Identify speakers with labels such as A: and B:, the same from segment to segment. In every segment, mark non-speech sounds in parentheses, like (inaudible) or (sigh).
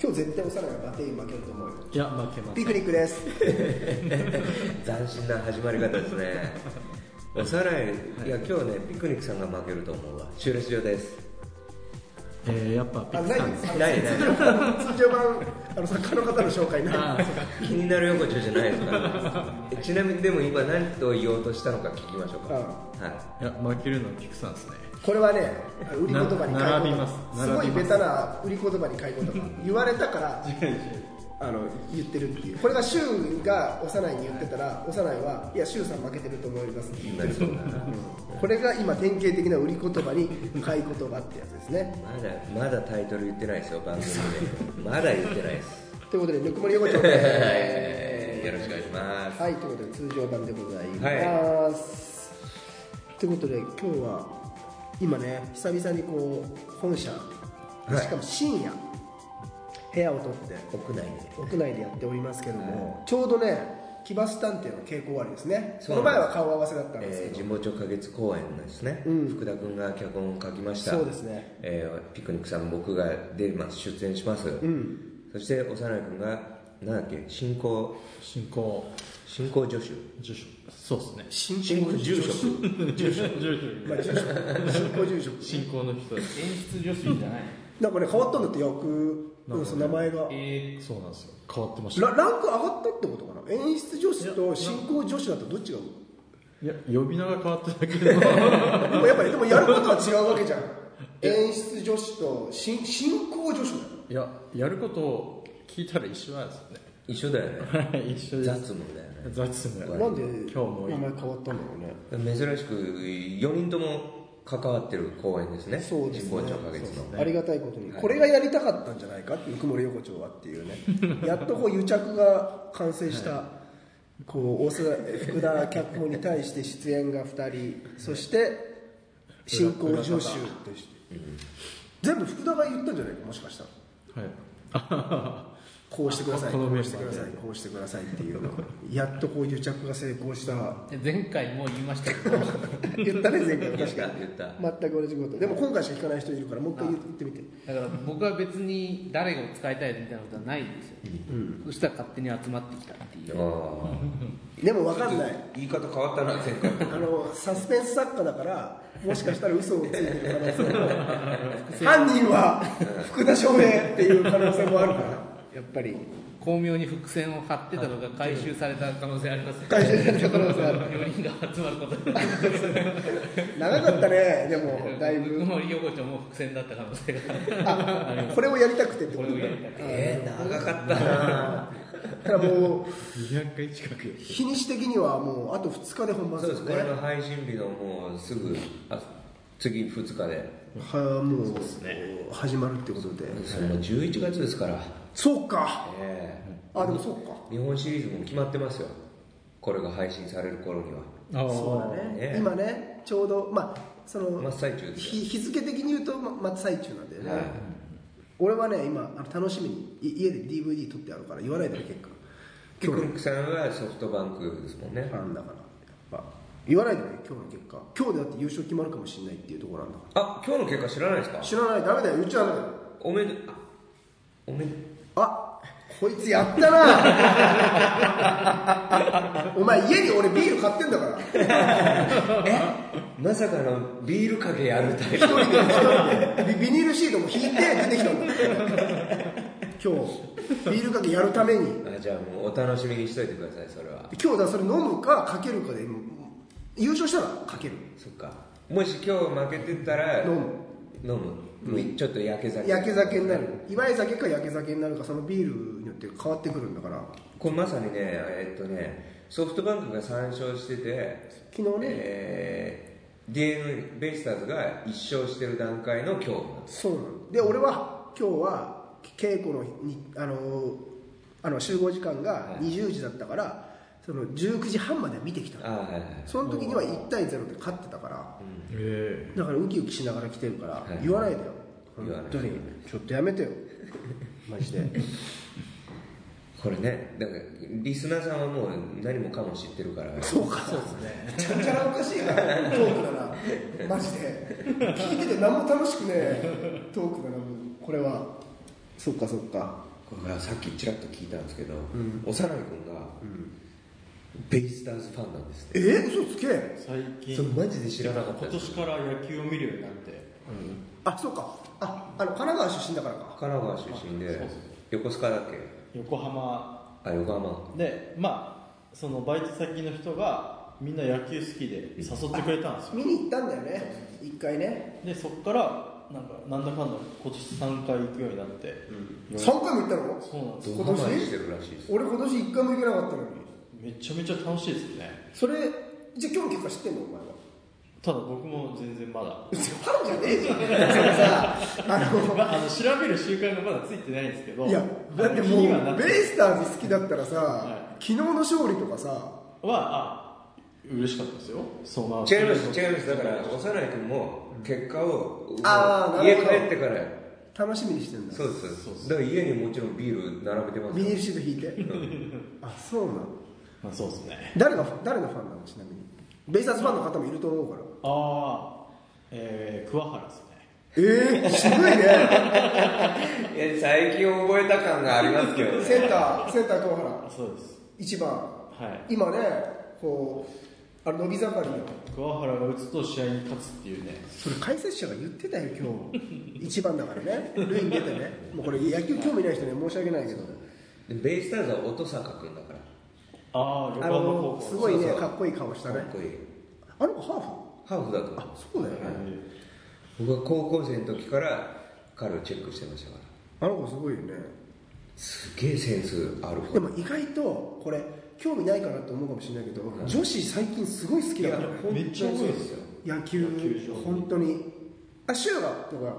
A: 今日絶対おさらがバテイン負けると思うよ
B: いや負けま
A: ピ
B: す
A: クニッ
B: (laughs)
A: クです
C: 斬新な始まり方で
A: (laughs)
C: すねおさらいいや今日ねピクニックさんが負けると思うわ収録場です
B: えー、やっぱピ
A: あ
B: ック
A: ない
B: さん
A: ですあの
C: ないない
A: 通常
C: (laughs)
A: 版通常版あの作家の方の紹介
B: あ
A: な
B: ー
A: い
B: そうか
C: 気になる横丁じゃないで
A: (laughs)
C: すから、ね、ちなみにでも今何と言おうとしたのか聞きましょうか、
A: うん
C: はい
B: や負けるのはピックさんですね
A: これはね売り言葉に買い言
B: な
A: 葉
B: 並びます
A: すごい
B: 並びます
A: ベタな売り言葉に買い言葉言われたからあの言ってるっていうこれがシュウが幼いに言ってたら幼いはいやシュウさん負けてると思いますって言ってるうんこれが今典型的な売り言葉に買い言葉ってやつですね
C: まだまだタイトル言ってないですよ番組でまだ言ってないです
A: ということでぬくもり横丁
B: (laughs)
C: はい
A: で
C: よろしくお願いします
A: はいということで通常版でございます、
C: は
A: ということで今日は今ね久々にこう本社
C: い
A: しかも深夜、部屋を取って
C: 屋内で
A: 屋内でやっておりますけども、ちょうどね奇抜探偵の稽古終わりですねそ
C: そう
A: の
C: なん
A: 前
C: です
A: は顔合わせだったんですけ
C: えー
A: ど、
C: 神保町花月公演なんですね、
A: うん
C: 福田君が脚本を書きました
A: そうですね
C: えーピクニックさん僕が出ます出演します、
A: ん
C: そして幼い君がなんだっけ進行
B: 進行
C: 進行助手
B: 住所そうですね
A: 新
C: 進行住職
B: 住所住
A: まあ、住職新興住職
B: 進行の人です
D: 演出女子じゃない
A: なんかね変わったんだって役、うん、その名前が
D: え
B: そうなんですよ変わってました
A: ラランク上がったってことかな演出女子と進行女子だとどっちが
B: いや呼び名が変わっただけで (laughs) は
A: で (laughs) もやっぱりでもやることは違うわけじゃん演出女子と進進行女子だよ
B: いややることを聞いたら一緒なんですよね
C: 一緒だよ (laughs) ね
B: 一緒
C: 雑
B: です
C: 務だよね
B: 雑ですね
A: なんで
B: 今日もい
A: 名
B: い
A: 前変わったんだろうね
C: 珍しく4人とも関わってる公演ですね
A: そうですね
C: 神保町花月の、
A: ありがたいことにこれがやりたかったんじゃないかってぬくもり横丁はっていうね
B: (laughs)
A: やっとこう癒着が完成したこう大須福田脚本に対して出演が2人そして進行助手として全部福田が言ったんじゃないかもしかしたら
B: はいあ
A: こうしてください、
B: こ
A: こ
B: の
A: う
B: メンバーで
A: してください、こうしてくださいっていうのが、やっとこう癒着が成功した、
D: ー前回も言いましたけど
A: 言ったね、前回も
C: 言っ
A: 確
C: た
A: かに、
C: 言った
A: 全く同じこと、でも今回しか聞かない人いるから、もう一回言ってみて、
D: だから僕は別に誰が使いたいみたいなことはないんですよ、そしたら勝手に集まってきたっていう
C: あ
A: でも分
C: あ
A: かんない、
C: 言い方変わったな前回
A: あのサスペンス作家だから、もしかしたら嘘をついてる可能性も、犯人は福田翔平っていう可能性もあるから、やっぱり、
D: 巧妙に伏線を張ってたのが回収された可能性ありますよ
A: 回収された可能性ある
D: 4人が集まることになる
A: 長かったね、でも、だい
D: ぬく
A: ぶ、
D: もり横丁も伏線だった可能性が
A: (laughs) あこれをやりたくてって
D: こ
A: こ
D: れ
A: と
D: を
A: だ
D: やりたい
C: (laughs) えー、長かったな
A: からもう、
B: 200回近く
A: 日にち的にはもう、あと2日で本番
C: (laughs) そうですこれ
A: ね
C: の配信日のもうすぐあ次2日で
A: はもう始まるってことで
C: その11月ですから、
A: そうか
C: え
A: あでもそうか
C: え日本シリーズも決まってますよこれが配信される頃には
B: ああ
A: そうだ
C: ね
A: ね今ねちょうどまあその、
C: 真っ最中ですよ
A: 日日付的に言うとま真っ最中なんだよね、
C: はい
A: 俺はね今あの楽しみにい家で DVD 撮ってあるから言わないでね結果
C: ピクニックさんはソフトバンクですもんね
A: ファンだからやっぱ言わないでね今日の結果今日でだって優勝決まるかもしれないっていうところなんだか
C: あ今日の結果知らないですから
A: 知らないダメだよ言っちゃダメだよ
C: おめであおめで
A: あこいつやった
C: (laughs)
A: なお前家に俺ビール買ってんだから
C: まさかのビールかけやるタイ
A: 一人で一
C: プ
A: 人でビ (laughs) ビニールシートも引いて出てきたんだ今日ビールかけやるために
C: あじゃあもうお楽しみにしといてくださいそれは
A: 今日だそれ飲むかかけるかでもう優勝したらかける
C: そっかもし今日負けてたら
A: 飲む
C: 飲む、ちょっとやけ酒
A: 焼け酒になる祝い酒か焼け酒になるかそのビールによって変わってくるんだから
C: これまさにねえっとねソフトバンクが3勝してて
A: 昨日ね、
C: えー、d n a ベイスターズが1勝してる段階の今日
A: そうなので俺は今日は稽古のにあのーあの集合時間が20時だったから、その19時半まで見てきた
C: ああはいはいはい
A: その時には1対0で勝ってたから
B: え
A: だからウキウキしながら来てるから
C: はい
A: 言わないでよ
C: 言わない
A: 本当にちょっとやめてよマジで
C: これねだからリスナーさんはもう何もかも知ってるから
A: そうかそうですねちゃんちゃらおかしいなトークだなマジで聞いてて何も楽しくねえトークだなもうこれはそっかそっか
C: これはさっきちらっと聞いたんですけど、
A: ん
C: おさらい君が、ベイスターズファンなんですね
A: えー、嘘つけ
E: 最近
C: それマジで知らなかった
E: 今
C: です
E: 年から野球を見るようになって
A: あそうかああの神奈川出身だからか
C: 神奈川出身
E: あ
C: で
E: そうそう
C: 横須賀だっけ
E: 横浜
C: あ横浜
E: でまあそのバイト先の人がみんな野球好きで誘ってくれたんですよ
A: 見に行ったんだよね一回ね
E: でそっからなんかなんだかんだ今年3回行くようになって、
A: 3回も行ったの
E: そうなんです
C: ドハマりしてるらしいです
A: 俺今年一回も行けなかったのに
E: めちゃめちゃ楽しいですね
A: それじゃあ今日の結果知ってんのお前は
E: ただ僕も全然まだ
A: (laughs) ファンじゃねえじゃん (laughs) それさあ
E: まああの調べる習慣がまだついてないんですけど
A: のいやだって
E: あの気
A: も
E: にはな
A: う
E: って
A: ベイスターズ好きだったらさ、
E: は
A: 昨日の勝利とかさ
E: はあ嬉しかったですよそうまあ
C: 違います違いますだからおさらい君も結果を、
A: あー
C: もう家
A: なるほど
C: 帰ってから
A: 楽しみにしてんだ
C: そうですそうですだから家にもちろんビール並べてます
A: ビ
C: よ
A: ニールシート引いて、あそうなの
E: まあそうですね
A: 誰が誰のファンなのちなみにベイスターズファンの方もいると思うから
E: ああえー、桑原ですね
A: ええー、渋いね
C: いや最近覚えた感がありますけどね
A: センターセンター桑
E: あ
A: 原
E: そうです
A: 1番
E: はい
A: 今ねこうあの伸び盛りの
E: 桑原が打つと試合に勝つっていうね
A: それ解説者が言ってたよ今日一番だからね塁に出てねもうこれ野球興味ない人には申し訳ないけど
C: でベイスターズは音坂君だから
E: ああ横
A: あ
E: 浜
A: の
E: 高校
A: すごいね
C: そうそう
A: かっこいい顔した
C: か
A: ね
C: っこいい
A: あの子ハー
C: ハーフだと思う
A: フあそうだよ
E: はい
A: ね
C: 僕は高校生の時から彼をチェックしてましたから
A: あの子すごいよね
C: すげえセンスある
A: でも意外とこれ興味ないかなと思うかもしれないけど女子最近すごい好きだからね
E: めっちゃ多いですよ
A: 野球
E: 野球場
A: 本当にあシューガーとか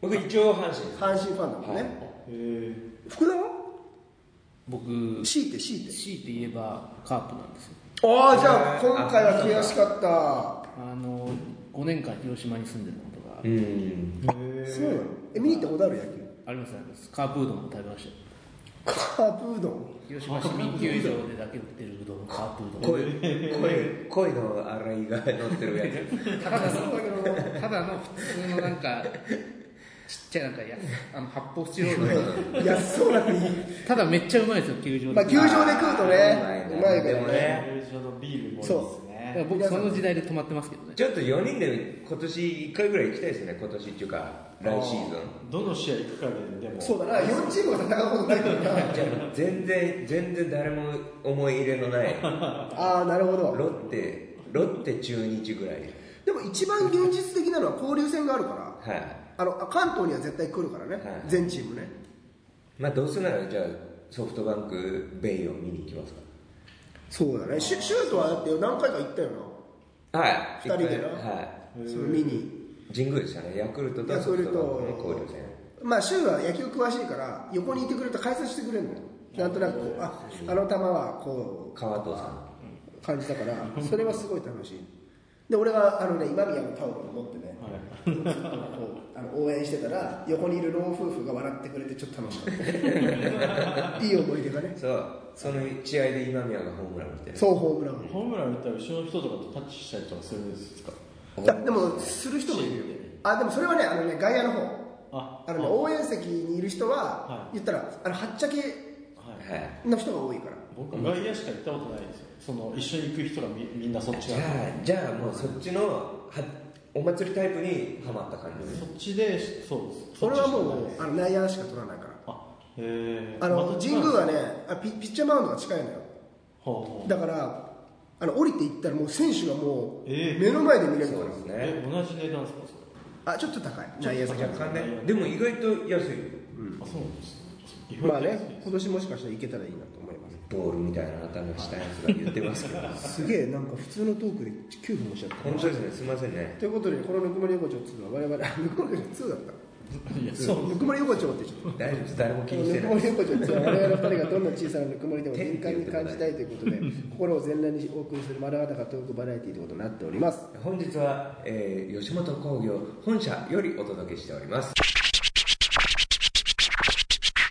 C: 僕一応阪神
A: 阪神ファンだもんね
E: へえ
A: 福田は
D: 僕
A: 強いて強いて
D: 強いて言えばカープなんですよ
A: ああじゃあ今回は悔しかった
D: あの5年間広島に住んでることが
C: うん
A: そうなのえ見に行ったことある野球
D: ありますありますカープうどんも食べましたよ
A: カープうどん
D: 広島市民球場でだけ売ってるうどんカープうどん
C: 声声声の洗いが乗ってるやつ
D: ただのただの普通のなんかちっちゃいなんかやあの発泡スチロール
A: (laughs)
D: の
A: 安そうな国
D: ただめっちゃうまいですよ球場
A: (laughs)
D: で、
A: まあ球場で食うとね
C: あー
A: うまいか
C: で
A: ら
C: も
A: ね
C: ね
E: 球場のビールもいいで
A: そ
E: す
D: だから
E: ね
D: 僕その時代で止まってますけどね
C: ちょっと4人で今年1回ぐらい行きたいですね今年っていうか来シーズン
E: どの試合行くかででも
A: そうだな4チームが戦うことにないからな
C: じゃあ全然全然誰も思い入れのない
A: (laughs) ああなるほ
C: ロ
A: ど
C: ッテロッテ中日ぐらい
A: でも一番現実的なのは交流戦があるから
C: はい
A: あのあ関東には絶対来るからね、
C: はい
A: 全チームね
C: まあどうせならじゃあソフトバンクベイを見に行きますか
A: そうだねシュシュートはだって何回か行ったよ
C: はい
A: 二人でな
C: はい
A: なその見に
C: 神宮でしたねヤクルトと
A: ヤ
C: ソ
A: ク
C: フ
A: ルト
C: トバンクの交流戦
A: まあシューは野球詳しいから横にいてくれると解説してくれるのよなんとなくこうああの球はこう
C: 川藤さん
A: 感じたからそれはすごい楽しいで俺があのね今宮のタオルを持ってね、ずっとこうあの応援してたら横にいる老夫婦が笑ってくれてちょっと楽しかった (laughs) いい思い出がね
C: そうその試合で今宮がホームラン打って
A: そうホームラン
E: ホームラン打ったら後ろの人とかとタッチしたりとかするんですか
A: だでもする人もいるよあでもそれはねあのね外野の方
E: あ
A: あのね、応援席にいる人は、
E: はい
A: 言ったらあのはっちゃけ
E: はい
C: はい
A: の人が多いから
E: 僕外野しか行ったことないですよその一緒に行く人がみみんなそっち
C: じゃ
E: なの
C: あじゃあもうそっちのはお祭りタイプにハマった感じ
E: そっちでそうです
A: 俺はも
E: そっちしかないで
A: うあの
E: す
A: 内野しか取らないから
E: あへえ
A: あの神宮はねあピピッチャーマウンドが近いのよ
E: ほう
A: だからあの降りていったらもう選手がもう
E: ええ
A: 目の前で見れるか
C: そ
A: ら、
C: うです
E: え
C: ね
E: 同じ値段ですかそ
A: あちょっと高い内野先
C: 若干
E: う
C: ね
E: ん
C: でも意外と安いよ
E: れあそうなんですね
A: まあね今年もしかしたらいけたらいいなと思いま
C: ボールみたいな頭したやつが言ってます (laughs) けど
A: すすげえなんか普通のトークで9分もしちゃった
C: 本当ですねすいませんね
A: ということでこのぬくもり横丁2は我々あぬくもり横丁2だった
B: いや
A: そうぬくもり横丁ってちょっと
C: 大丈夫です誰も気にし
A: ぬ
C: て
A: く
C: な
A: も
C: (laughs) い
A: り横丁って我々の2人がどんな小さなぬくもりで (laughs) も敏感に感じたいということで心を全裸にお送りする丸裸トークバラエティーということになっております
C: 本日は、えー吉本興業本社よりお届けしております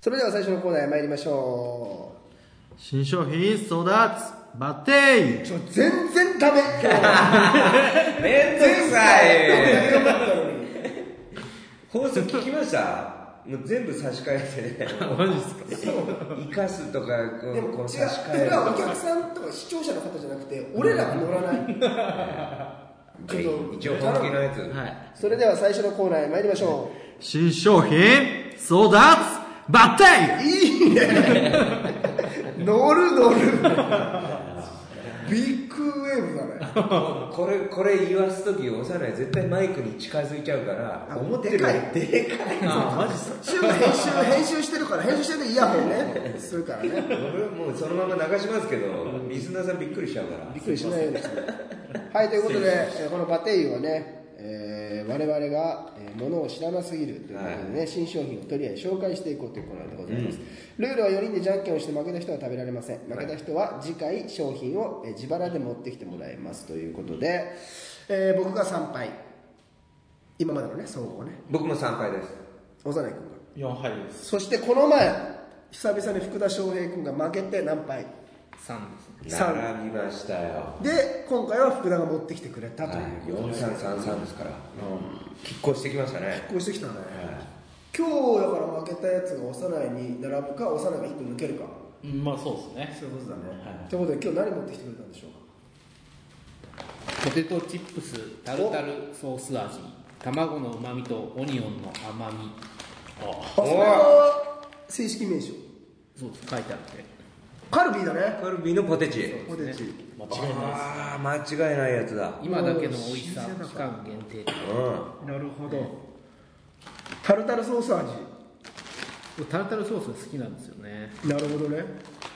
A: それでは最初のコーナーへ参りましょ
E: 新商品育つバッテ
A: うちょ全然ダ (laughs) メ今日
C: めんどくさ
A: (laughs)
C: い
A: よかったのに
C: 放送聞きましたもう全部差し替えてね
B: マジっすか
C: 生かすとかこ
A: で
C: う
A: も
C: こ
A: 違う
C: う
A: そ
C: 差し替え
A: れ
C: ると
A: はお客
C: か
A: さんとか視聴者の方じゃなくて俺らが乗らない (laughs) ちょっと
C: 一応本気のやつ、
B: はい
A: それでは最初のコーナーへ参りましょ
E: 新商品育つバッテ
A: ういい (laughs) ね乗る乗るビッグウェーブだね
C: これこれ言わす時幼い絶対マイクに近づいちゃうから
A: あ
C: 思ってる
A: でかい
C: でかい
B: あマジっすか
A: 週の編集編集してるから編集してるイヤホンねするからね
C: 俺もうそのまま流しますけどリスナーさんびっくりしちゃうから
A: びっくりしないようにするはいということで、えーこのバテイユはね、えー我々が、えー、ものを知らなすぎるということでね、新商品を取り合い紹介していこうというコーナーでございます、ルールは4人でじゃんけんをして負けた人は食べられません負けた人は次回商品を、えー自腹で持ってきてもらいますということで、えー僕が3敗今までのね総合ね
C: 僕も3回です
A: 小山内君が
E: イ4杯です
A: そしてこの前久々に福田翔平君が負けて何敗
D: 3ですね
A: 三
C: 並びましたよ
A: で今回は福田が持ってきてくれたということで、
C: 4333ですから拮抗してきましたね
A: こうしてきたね、今日だから負けたやつが幼いに並ぶか幼いが1個抜けるか
E: うんまあそうですね
A: そういうことだね、
E: はい
A: ということで今日何持ってきてくれたんでしょうか
D: ポテトチップスタルタルソース味卵のうまみとオニオンの甘み
A: あそれは正式名称
D: そうです書いてあるんで
A: カルビーだね
C: カルビーのポテチ
A: ポテチ
E: 間違いないです
C: ああ間違いないやつだ
D: 今だけの美味しさ
A: おー新鮮だ
D: 期間限定
C: う
A: なるほどタルタルソース味
D: タルタルソースが好きなんですよね
A: なるほどね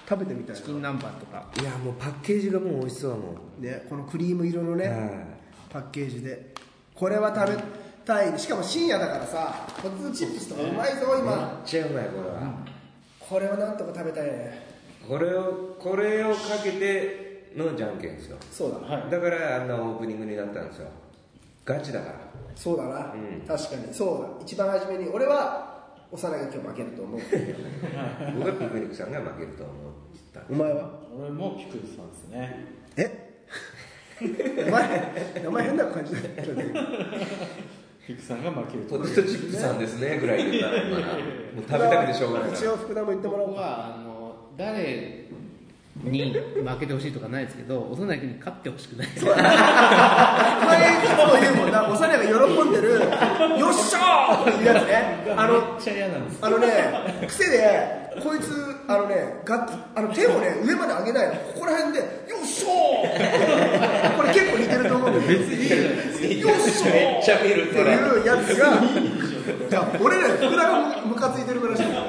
A: 食べてみたい
D: チキン南蛮とか
C: んいやもうパッケージがもう美味しそうだもん
A: なねこのクリーム色のね、
C: はい
A: パッケージでこれは食べたいしかも深夜だからさポテトチップスとかうまいぞ
C: めっ
A: 今
C: ちゃうまいこれは
A: これはなんとか食べたいね
C: これをこれをかけてのじゃんけんですよ
A: そうだな
E: はい
C: だからあんなオープニングになったんですよガチだから
A: そうだな、
C: うん
A: 確かにそうだ一番初めに俺は幼いが今日負けると
C: (laughs)
A: 思う
C: 僕はピクニックさんが負けると思うって言っ
A: お前は
E: 俺もピクルスさんですね
A: えお前名前変な感じだったよね
E: ピクさんが負ける
C: た
E: と
C: ポテトチップさんですねぐらい言ったら今なもう食べたくてしょうがないか
A: 一
C: ら
A: 応福田も言ってもらお
D: 僕
A: うか
D: はあの誰に負けてほしいとかないですけど幼い君に勝ってほしくない
A: お前いつも言うもんな幼いが喜んでる「よっしゃー!」っていうやつねあの
D: めっちゃ嫌なんです
A: あのね、癖で、こいつ、あのね、楽器、あの手をね、上まで上げないの、ここら辺で、よっしょーこれ結構似てると思うんだけど、よっしょー
C: めっちゃ見る
A: って
C: これ
A: いうやつが、じゃあ俺ら、福田がムカついてるぐらいしいから、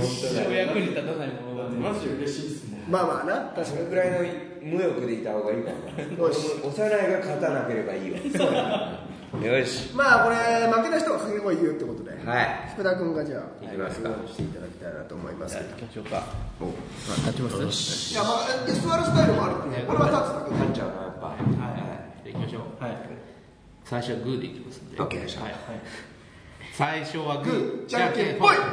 D: 一生役に立たないもの
E: マジ嬉しいですね
A: まあまあな、
C: それぐらいの無欲でいた方がいいかも
A: よし
C: 幼いが勝たなければいいよよし
A: まあこれ、負けた人はかけ声言うってことで、
C: はい
A: 福田君がじゃあ、
C: いきますか
A: 質問していただきたいなと思いますけど、
D: 行きましょうか
A: おはい
D: 立ちます
A: いや、まあ、え座るスタイルもあるね、これは立つだけ
C: 勝っちゃうなやっぱは
D: じゃあ行きましょう
E: はい
D: 最初はグーでいきますんで
C: オッケーでした
D: はい最初はグー
A: じゃんけんぽい。う
D: よ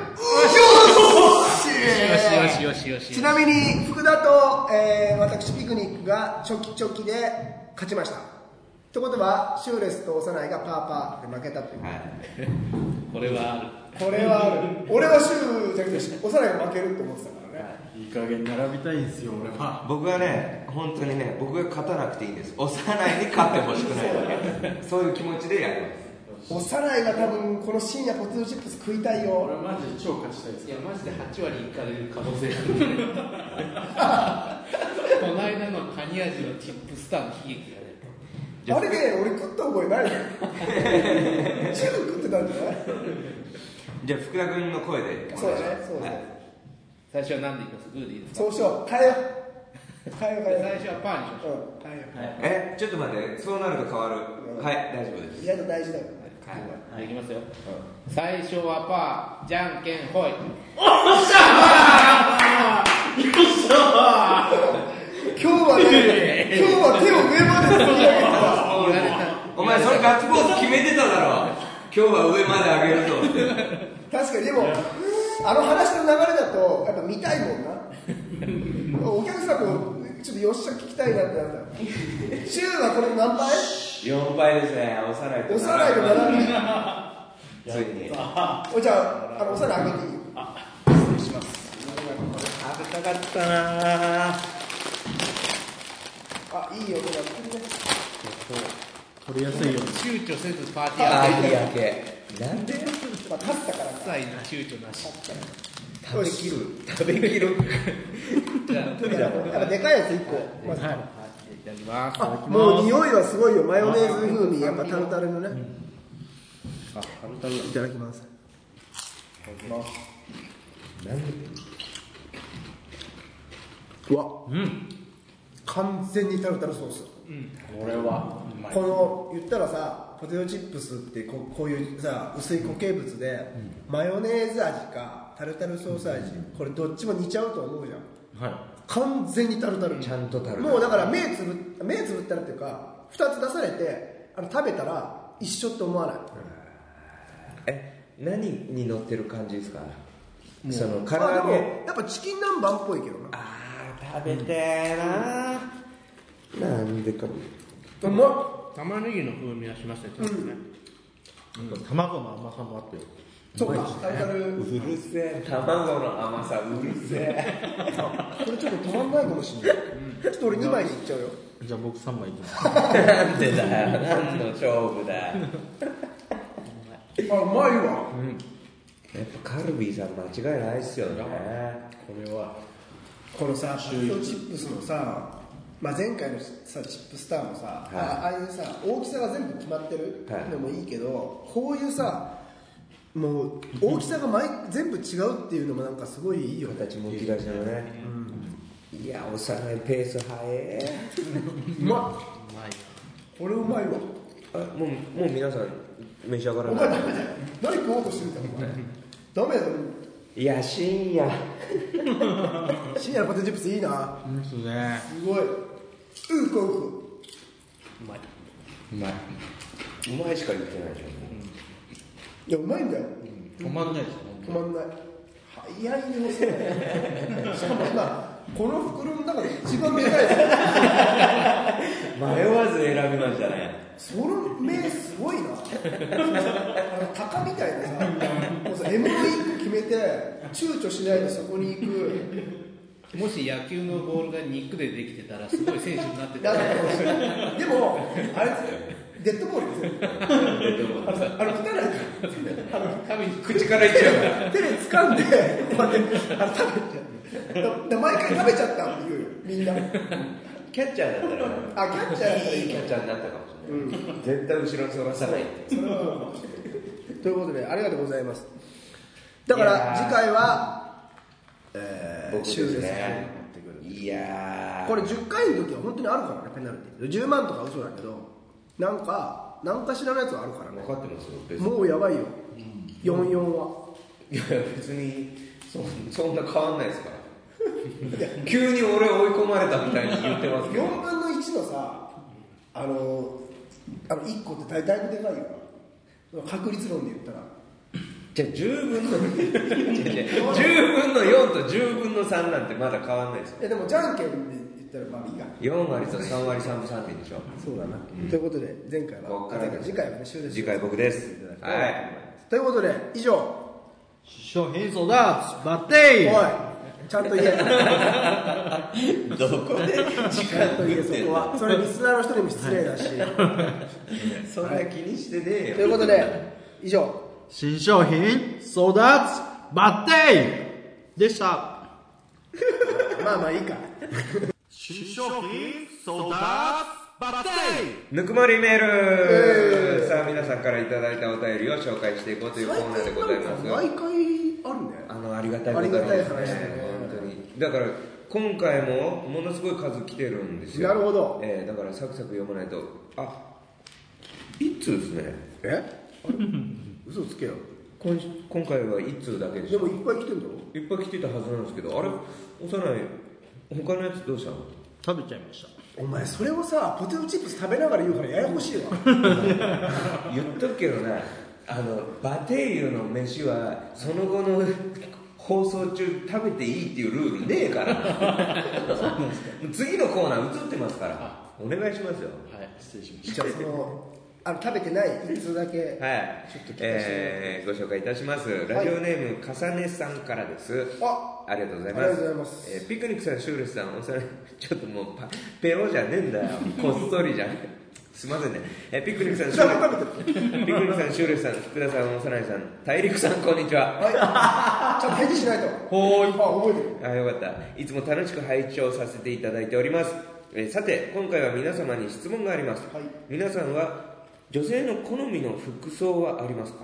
A: ーよ
D: しよしよしよし
A: ちなみに福田と、えー私ピクニックがチョキチョキで勝ちましたってことはシューレスと幼いがパーパーで負けたという、
C: いはい
D: これはある
A: これはある俺はシューじゃなくて幼いが負けると思ってたからね
E: いい加減並びたいんですよ俺は
C: 僕はね本当にね僕が勝たなくていいんです幼いに勝ってほしくないだ (laughs) けそういう気持ちでやります
A: 幼いが多分この深夜ポテトチップス食いたい
E: 俺
A: よ
E: マジで超勝ちたいです
D: いやマジで8割いかれる可能性あるこの間のカニ味のチップスターの悲劇がね
A: あれね俺食った覚えない (laughs) のシュー食ってたんじゃない
C: じゃあ福田君の声で
A: そうだねそうだね、
C: はい
D: 最初は何でいきますグーでいいですか
A: そうしよう変えよう変えよう
D: 最
A: 変えよ
D: 初はパーにしましょ
A: ううん変えよ
D: う、はい
C: えちょっと待ってそうなると変わるはい大丈夫で
A: う
C: す
A: 意外と大事だよ
D: はい、いきますよ、最初はパーじゃんけんほい
A: 今日はね、今日は手を上まで突き上げたら、
C: お前それガッツポーズ決めてただろ今日は上まで上げるぞって
A: 確かにでも、あの話の流れだと、やっぱ見たいもんな。 (laughs) お客さんも、ちょっとよっしゃ聞きたいなってなった。シューはこれ何倍
C: 4倍ですねおさらいと
A: おさらいで並び。
C: ついに
A: おじゃあ、あのおさらいあげていい
E: 食べたかったなぁ
A: あ、いいよ、これやってるね。
E: 取りやすいように
D: 躊躇せずパーティー
C: パ
D: ア
C: ー
D: ー
C: ティ
D: ティー
C: ー明けなんで
A: まあ、勝ったからか。
D: 臭いな躊躇なし
C: 食べきる食べきる
A: とにかくやっぱでかいやつ1個。まず
D: いただきます
A: あもう匂いはすごいよ。マヨネーズ風味、やっぱタルタルのね。いただきます。うわ、完全にタルタルソース。
E: これは
A: この言ったらさポテトチップスってここういうさ薄い固形物で、マヨネーズ味かタルタルソース味、これどっちも似ちゃうと思うじゃん
B: は
A: 完全にタルタル
C: ちゃんとタルタル
A: もうだから目つぶ目つぶったらっていうか2つ出されてあの食べたら一緒って思わない、
C: え何に乗ってる感じですかその唐
A: あで
C: 揚
A: も
C: げ
A: やっぱチキン南蛮っぽいけどな
C: あー食べてーなーなんでか
A: うま
D: 玉ねぎの風味がしますねちょっとね
E: 卵の甘さもあって
A: っそうかタルタ
C: う
A: ル
C: るせえ卵の甘さうるせえ
A: これちょっと止まんないかもしんない、ちょっと俺2枚でいっちゃうよ
E: じゃあ僕3枚いきます
C: なんでだよ何の勝負だよ
A: あうまいわ
C: やっぱカルビーさん間違いないっすよね
E: これは
A: このさポテトチップスのさ、まあ、前回のさチップスターもさ、あああいうさ大きさが全部決まってる
C: はい
A: のもいいけど、こういうさもう大きさが毎全部違うっていうのもなんかすごいいいよね
C: 形もき出しのねいやおさらいペース早え
A: うまっ
D: うまい
A: これうまいわ
C: あもうもう皆さん召し上が
A: お
C: ら
A: 前ダ
C: ない
A: メだよ何食おうとしてるんだよお前ダメだよ
C: いや深夜
A: 深夜のポテトチップスいいな
B: ですね
A: すごいうこうこ
D: うまいう
B: まいう
C: まいしか言ってないでし
A: いやうまいんだよ
B: 止まんないですね
A: 止まんない早いよそれしかも今この袋の中で一番でかいです
C: ょ迷わず選びましたね
A: その目すごいなあの鷹みたいなさもうさ M の1個決めて躊躇しないでそこに行く
D: もし野球のボールが肉でできてたらすごい選手になって
A: だ
D: た
A: っ
D: ね
A: (laughs) てでもあれデッドボールですよあの汚
D: 神に
C: 口からいっちゃう
A: い手で掴んでこうやってあの食べてだだ毎回食べちゃったって言うよみんなあ
C: キャッチャーだったらね
A: キャッチャーだったらい
C: いい
A: い
C: キャッチャーになったかもしれない、絶対後ろにそらさないって
A: ということでありがとうございますだから次回はえー
C: 僕
A: シュー
C: で
A: で
C: す
A: すね
C: ねいやー
A: これ10回の時は本当にあるからねペナルティー10万とか嘘だけどなんか何かしらのやつはあるからね
C: 分かってますよ別に
A: もうやばいよ、44はい
C: や別にそそんな変わんないですから急に俺追い込まれたみたいに言ってますけど
A: 4分の1のさあのあの1個ってだいだいぶでかいよな確率論で言ったら
C: じゃあ10分の10分の4と10分の3なんてまだ変わんないですよ
A: えでもじゃんけんで言ったらまあいいや
C: 4割と3割3分3厘でしょ
A: そうだな、ということで前回は
C: こっから
A: あ前回次回はね終了
C: 次回僕ですはい
A: ということで以上
B: 師匠変装だバッテ
A: おい
B: イ
A: ちゃんと
C: (laughs)
A: 言え
C: どこで時
A: ちゃん
C: 間
A: と
C: 食
A: 言え
C: ってん
A: そこ
C: の
A: はそれリスナーの人にも失礼だし
C: そんな気にしてねえよ
A: ということで以上
B: 新商品ソーダーツバッテイでした
A: まあまあいいか
B: 新商品ソーダーツバッテイ
C: ぬくもりメール、さあ皆さんからいただいたお便りを紹介していこうというコーナーでございます
A: 毎回あるね
C: あのありがたいことに
A: ありがたい話だね
C: 本当にだから今回もものすごい数来てるんですよ
A: なるほど
C: ええだからサクサク読まないとあ一通ですね
A: え嘘つけよ
C: 今今回は一通だけでし
A: で
C: ょ
A: もいっぱい来てんだろ
C: いっぱい来てたはずなんですけどあれ幼い他のやつどうしたの
B: 食べちゃいました
A: お前それをさポテトチップス食べながら言うからややこしいわ
C: 言っとくけどなあのバテイユの飯はその後の (laughs) 放送中食べていいっていうルールねえから次のコーナー映ってますからお願いしますよ
D: はい、失礼しまし
A: じゃあそのあの食べてない一通だけ
C: は
A: ち
C: い
A: ょっと聞かせて
C: えーご紹介いたしますラジオネーム、かさねさんからです
A: あ
C: ありがとうございま
A: あ
C: す。
A: りがとうございます
C: えーピクニックさん、シュールさん、おさら、ちょっともうパ、ペロじゃねえんだよ。
A: (laughs)
C: こっそりじゃねすいませんね。えーピクニックさん、シュールピクニックさん、シュールさん、福田さん、おさらいさん、大陸さん、こんにちは。
A: はいちゃんと返事しないと
C: ほーい。
A: あ覚えてる
C: あよかったいつも楽しく拝聴させていただいております、えーさて今回は皆様に質問があります、
A: はい
C: 皆さんは女性の好みの服装はありますか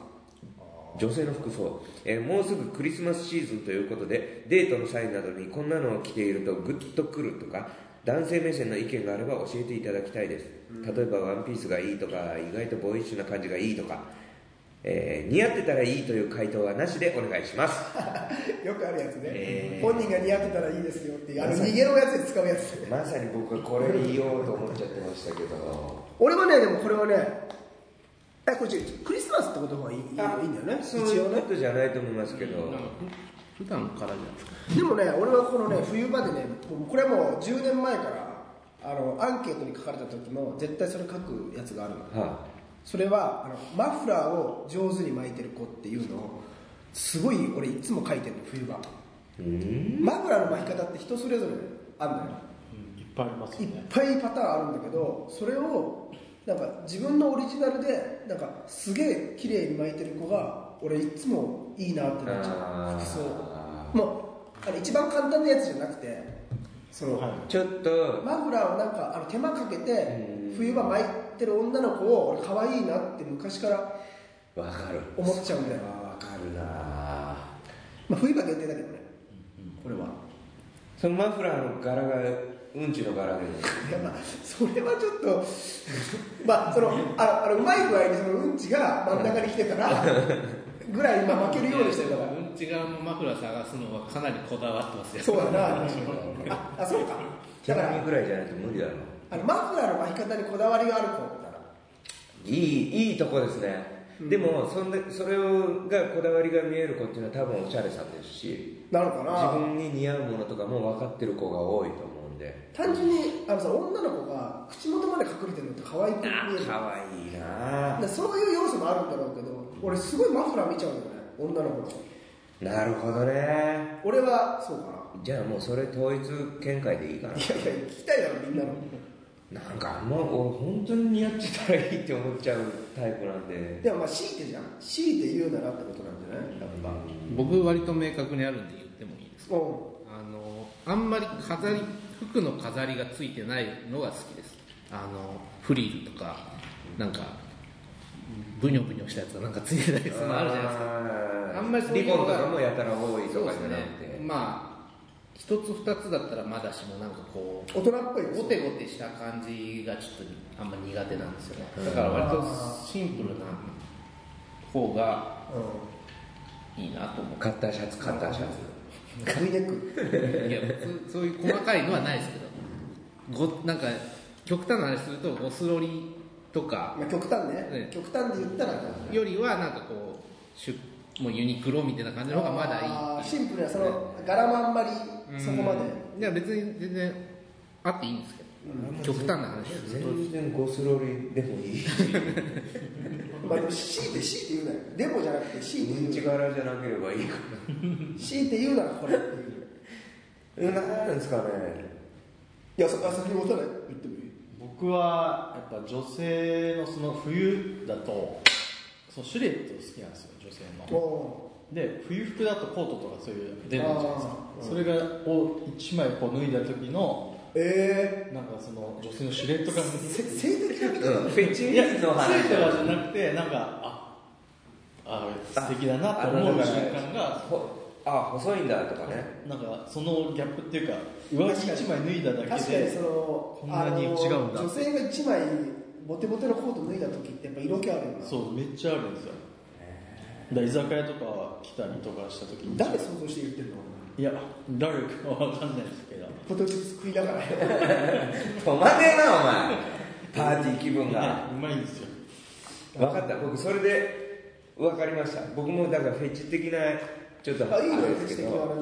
C: 女性の服装、えーもうすぐクリスマスシーズンということでデートの際などにこんなのを着ているとグッとくるとか男性目線の意見があれば教えていただきたいです例えばワンピースがいいとか意外とボーイッシュな感じがいいとか、えー似合ってたらいいという回答はなしでお願いします
A: よくあるやつね、
C: えー
A: 本人が似合ってたらいいですよっていうあの逃げのやつで使うやつ
C: まさに僕はこれ言おうと思っちゃってましたけど
A: 俺はねでもこれはねえこっちクリスマスってことの方がいいいいいいんだよね
C: そう
A: 一
C: い
A: 応
C: う
A: ね
C: ことじゃないと思いますけど、
D: た。普段からじゃないですか。
A: でもね、俺はこのね、冬場でね、これはもう10年前から、あの、アンケートに書かれた時の、絶対それ書くやつがあるの。
C: は
A: それは、あの、マフラーを上手に巻いてる子っていうのを、すごい俺いつも書いてるの、冬場。
C: い、うん
A: マフラーの巻き方って人それぞれあるのよ。
E: うんいっぱいあります
A: いっ
E: よね
A: ぱいパターンあるんだけど、それを、なんか自分のオリジナルで、なんかすげえ綺麗に巻いてる子が、俺いつもいいなってなっちゃう。服装。もうあの一番簡単なやつじゃなくてその、
E: は
C: ちょっと
A: マフラーをなんかあの手間かけ
C: う
A: て
C: ん
A: 冬場巻いてる女の子を俺可愛いなって昔から
C: わかる
A: 思っちゃうんだよ、
C: わかるな
A: まあ、冬場限定だけどねこれは
C: そのマフラーの柄がうんちの柄で
A: いやまあそれはちょっと (laughs) まあそのああのうまい具合にそのうんちが真ん中に来てたらぐらい今負けるようにしてるから
D: うんち側のマフラー探すのはかなりこだわってますよ。
A: そうだなああそうかだ
C: 手
A: から
C: 紙ぐらいじゃないと無理だろ
A: あのマフラーの巻き方にこだわりがある子だから
C: いいいいとこですねでもそんでそれをがこだわりが見える子っていうのは多分おしゃれさんですし
A: なのかな
C: 自分に似合うものとかも分かってる子が多いと思うんで
A: 単純にあのさ女の子が口元まで隠れてるのって可愛く見えるだか
C: 可愛いな
A: らそういう要素もあるんだろうけど俺すごいマフラー見ちゃうんだよね女の子の
C: なるほどね
A: 俺はそうかな
C: じゃあもうそれ統一見解でいいか
A: いやいや聞きたいだろみんなの
C: ななんかあんま俺本当に似合ってたらいいって思っちゃうタイプなんで
A: でもまあ強いてじゃん強いて言うならってことなんじゃないやっぱ
D: 僕割と明確にあるんで言ってもいいですか。
A: う
D: あのあんまり飾り服の飾りがついてないのが好きです。あのフリルとかなんかブニョブニョしたやつがなんかついてたりするのあるじゃないですか。
C: か
D: あんまりそうい
C: リ
D: う
C: ボン
D: の
C: と
D: が
C: かもやたら多いと
D: そうで
C: か
D: す
C: じゃ
D: ね
C: なくて、
D: まあ一つ二つだったらまだしもなんかこう
A: 大
D: ん
A: 人っぽい
D: ゴテゴテした感じがちょっとあんま苦手なんですよねだから割とシンプルな方が
A: う
D: いいなと思
C: カッターシャツカッターシャツ
A: ん V ネック
C: (laughs)
D: ういや普通そういう細かいのはないですけどごなんか極端な話するとゴスロリとか
A: まあ極端
D: ね
A: ね極端で言ったら
D: よりはなんかこうシュもうユニクロみたいな感じの方がまだいい
A: あーシンプルなその柄もあんまりそこまで
D: いや別に全然あっていいんですけど極端な話です
C: 全然ゴスロリでもいい
A: まあでも強いて強いて言うならでもじゃなくて強いて
C: うんち
A: 言うな
C: 柄じゃなければいいか
A: 強いて言うならこれっていう
C: ら何なんですかね
A: いや、そあ先に押さない言ってもいい
E: 僕はやっぱ女性のその冬だとそのシュレット好きなんですよ女性の
A: お
E: で冬服だとコートとかそういう出るじゃないですか
A: あー
E: それがを1枚こう脱いだ時の
A: ーえ
E: なんかその女性のシュレット感
A: ー、せ性的な
C: う
A: み
C: ん
A: たいな、
C: フェチ
E: い
C: ニ
E: や
C: ーズ
E: つ
C: の話
E: いてはじゃなくてなんかああ素敵だなと思う瞬間が
C: ほあ細いんだとかね
E: なんかそのギャップっていうか上着1枚脱いだだ
A: 確
E: け
A: かに
E: で
A: その
E: こんなに違うんだ
A: あの女性が1枚ボテボテのコート脱いだ時ってやっぱ色気あるよな
E: そうめっちゃあるんですよだから居酒屋とか来たりとかした時に
A: 誰想像して言ってんの
E: いや誰かわかんないですけど
A: ポテトチップス食いながら
C: 止まねえなお前パーティー気分が
E: うまいんですよ
C: 分かった僕それで分かりました僕もだからフェチ的なちょっと
A: あいい
C: あ
A: ね
C: れ
A: 素
C: ですけ
A: 敵
C: ど
A: なあれね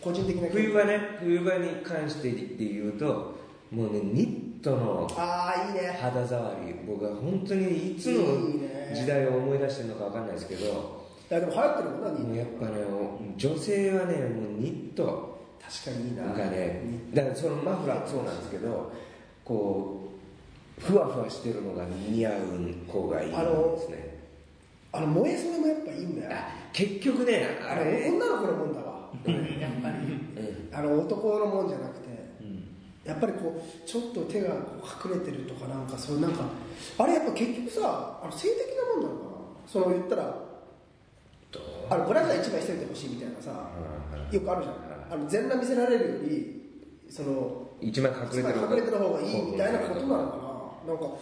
A: 個人的な
C: 冬場ね冬場に関してって言うともうねニットの
A: ああいいね
C: 肌触り僕は本当にいつの
A: いいね
C: 時代を思い出してるのか分かんないですけど
A: いやでも流行ってるもんな
C: もう
A: 人
C: やっぱね女性はねもうニット
A: 確かにいいな
C: なんかねだからそのマフラーもそうなんですけどこうふわふわしてるのが似合う子がいいんですね
A: あの燃えそれもやっぱいいんだよ
C: あ結局ねあ
A: あ
C: れ
A: れ
C: ね
A: 女の子のもんだわやっぱりあの男のもんじゃなくてやっぱりこうちょっと手がこう隠れてるとかなんかそういうなんかあれやっぱ結局さあの性的なもんなのかなその言ったらあのブラジャー一枚しといてほしいみたいなさよくあるじゃんあの全裸見せられるよりその
C: 一枚
A: つ
C: 隠れ
A: ま
C: て
A: り
C: る
A: 隠れてる方がいいみたいなことなのかななんか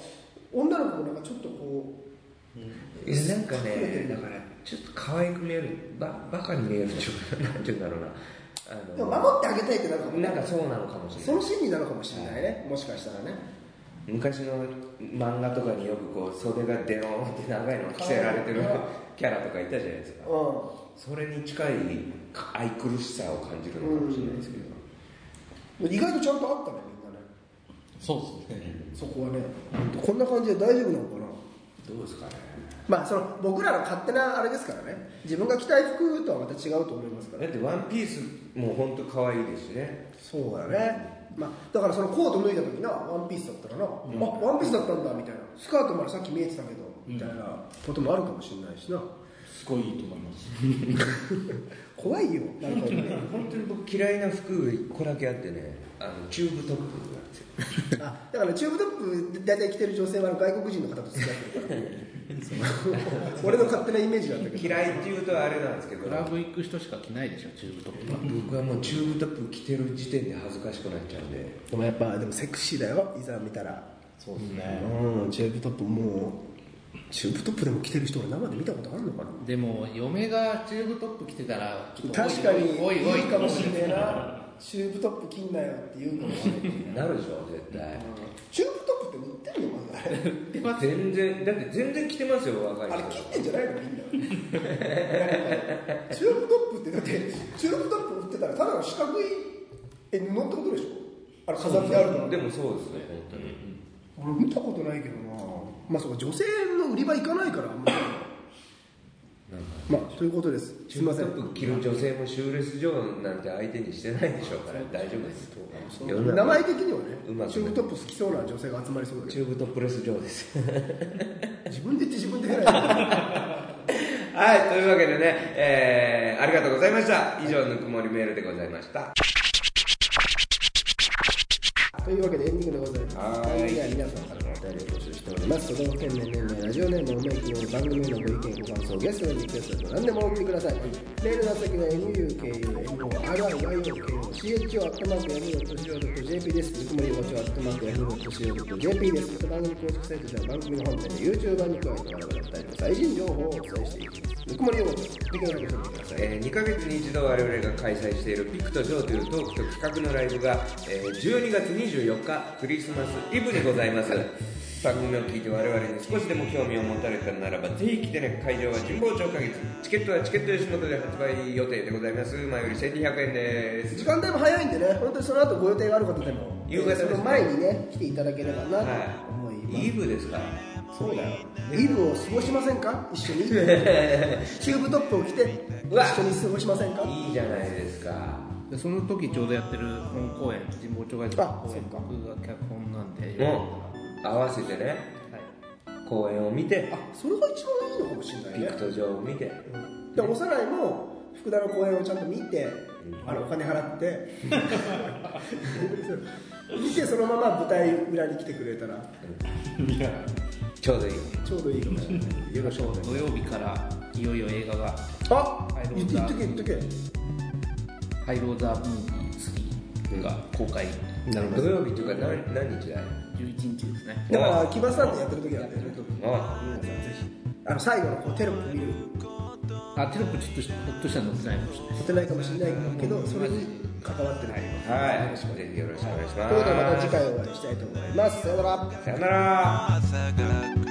A: 女の子もなんかちょっとこう
C: いやなんか
A: 隠れて
C: ね
A: る
C: だからちょっと可愛く見えるババカに見えるっていうかなんていうんだろうな
A: でも
C: あ
A: 守
C: の
A: ってあげたいってなるかも
C: なんかそうなのかもしれ
A: そ
C: な
A: の
C: い
A: 心理なのかもしれないねもしかしたらね
C: 昔の漫画とかによくこう袖がデローンって長いのを着せられてる
A: はい
C: キャラとかいたじゃないですか
A: う
C: それに近い愛くるしさを感じるのかもしれないですけど、
A: ん意外とちゃんとあったねみんなね
E: そうですね
A: そこはねこんな感じで大丈夫なのかな
C: どうですかね
A: まあその僕らの勝手なあれですからね自分が着たい服とはまた違うと思いますから
C: だってワンピースも本当可愛いですしね
A: そうだね、まあ、だからそのコート脱いだ時なワンピースだったらな、あワンピースだったんだみたいなスカートまでさっき見えてたけどみたいなこともあるかもしれないしな
E: すごいいいと思います
A: 怖いよなんかね (laughs)
C: 本当に僕嫌いな服1個だけあってねあのチューブトップなんですよ
A: あだからチューブトップ大体着てる女性は外国人の方と付き合って (laughs) るからそう俺の勝手なイメージだったけど
C: 嫌いっていうとあれなんですけど
D: クラブ行く人しか着ないでしょチューブトップは
C: 僕はもうチューブトップ着てる時点で恥ずかしくなっちゃうんで
A: でもやっぱでもセクシーだよいざ見たら
E: そうですね、
A: うんチューブトップもうチューブトップでも着てる人俺生で見たことあるのかな
D: でも嫁がチューブトップ着てたらちょっとおい
A: 確かに
D: おいおい
A: いいかもしんねえなチューブトップ着んなよって言うかもしれないけど
C: なるでしょ絶対
A: チューブトップって売ってるのまだあれ
C: 全然だって全然着てますよ若い
A: あ
C: 人
A: れ
C: だ
A: 切ってんじゃないのみん
D: (laughs)
A: ななんかチューブトップってだってチューブトップ売ってたらただの四角いえ布ってことでしょあれ飾ってあるの
C: でもそうですね本当に、
A: 俺見たことないけどなまあそうか女性の売り場行かないからあんまりまあということですす
C: チュ
A: い
C: ー
A: ま
C: ブ
A: せ
C: ト
A: ん
C: ップ着る女性もシューレス嬢なんて相手にしてないでしょうから大丈夫です世の中
A: 名前的には
C: うまく
A: ね
C: ね
A: チューブトップ好きそうな女性が集まりそうだけ
C: チューブトップレス嬢です (laughs)
A: ど自分で言って自分で言えない
C: はいというわけでね、えー、ありがとうございました以上ぬくもりメールでございました
A: というわけでエンディングでございます
C: は
A: 番
C: ーい
A: 組では皆さんからのお便りを募集しております都道府県名年代ラジオネームお名義の番組へのご意見ご感想ゲストのリクエストなど何でもお送りくださいメールの先は nukumoryokcho.yahoo.co.jp ですぬくもりごちょ .yahoo.co.jp ですまた番組公式サイトでは番組の本編で YouTuber に加えて我々2人の最新情報をお伝えしていきますぬくもりをごちょできるだけしてみてください
C: えー2ヶ月に一度我々が開催しているピクとジョーというトークと企画のライブが、えー12月24日クリスマスイブにございます番組を聞いて我々に少しでも興味を持たれたならばぜひ来てね会場は神保町花月チケットはチケット吉本で発売予定でございます前より1200円です
A: 時間帯も早いんでね、本当にその後ご予定がある方でも、
C: 夕方ですね
A: その前にね、来ていただければなと思います。
C: イブですか
A: そうだよ。イブを過ごしませんか一緒に。チューブトップを着て、
C: うわ
A: 一緒に過ごしませんか
C: いいじゃないですか
D: でその時ちょうどやってる本公演神保町外国
A: あ
D: 公
A: そっ
D: 演
A: か
D: 僕が脚本なんでよか
C: もう合わせてね
D: ったらはい
C: 公演を見て
A: あ、それが一番いいのかもしれない
C: ピ
A: ね
C: ク。とジョーを見て
A: で、おさらいも、福田の公演をちゃんと見て、あのお金払って、 (laughs) 見てそのまま舞台裏に来てくれたら、
C: ちょうどいい
A: ちょうどいいかもしれない。よろしくお願いします
D: 土曜日からいよいよ映画が
A: あ
D: はいどう
A: 言
D: ぞ
A: って言っとけ言っとけ。
D: 「ハイローザ・ムービー3」が公開
C: 土曜日というか何何日だい
D: 12 11日ですね
A: だから木場さんとやってる時なんだよね
C: あ
A: 皆さんぜひあの最後のこうテロップ見る
D: あテロップちょっとほっとしたの載ってないかもしれない
A: 載ってないかもしれないけどそれに関わってない
C: あはいぜひよろしくお願いし
A: と
C: ま
A: いうことでますた次回お会いしたいと思いますさようなら
C: さよなら
F: 朝が来る